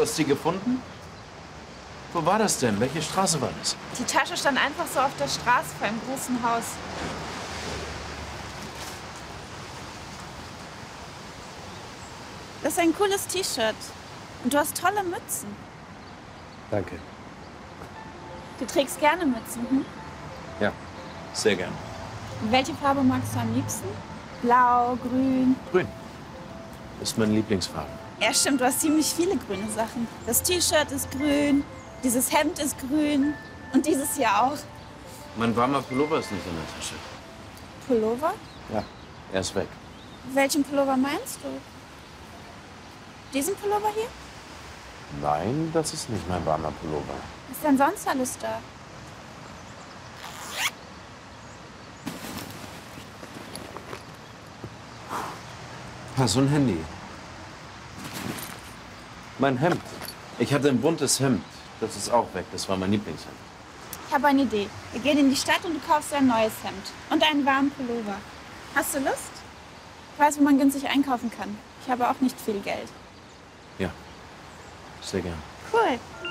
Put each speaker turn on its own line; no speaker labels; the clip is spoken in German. hast sie gefunden? Wo war das denn? Welche Straße war das?
Die Tasche stand einfach so auf der Straße vor einem großen Haus. Das ist ein cooles T-Shirt. Und du hast tolle Mützen.
Danke.
Du trägst gerne Mützen, hm?
Ja, sehr gern.
Und welche Farbe magst du am liebsten? Blau, grün.
Grün. Ist meine Lieblingsfarbe.
Ja, stimmt, du hast ziemlich viele grüne Sachen. Das T-Shirt ist grün, dieses Hemd ist grün und dieses hier auch.
Mein warmer Pullover ist nicht in der Tasche.
Pullover?
Ja, er ist weg.
Welchen Pullover meinst du? Diesen Pullover hier?
Nein, das ist nicht mein warmer Pullover.
Was ist denn sonst alles da?
Ah, so ein Handy. Mein Hemd. Ich hatte ein buntes Hemd. Das ist auch weg. Das war mein Lieblingshemd.
Ich habe eine Idee. Wir gehen in die Stadt und du kaufst dir ein neues Hemd und einen warmen Pullover. Hast du Lust? Ich weiß, wo man günstig einkaufen kann. Ich habe auch nicht viel Geld.
Ja, sehr gern.
Cool.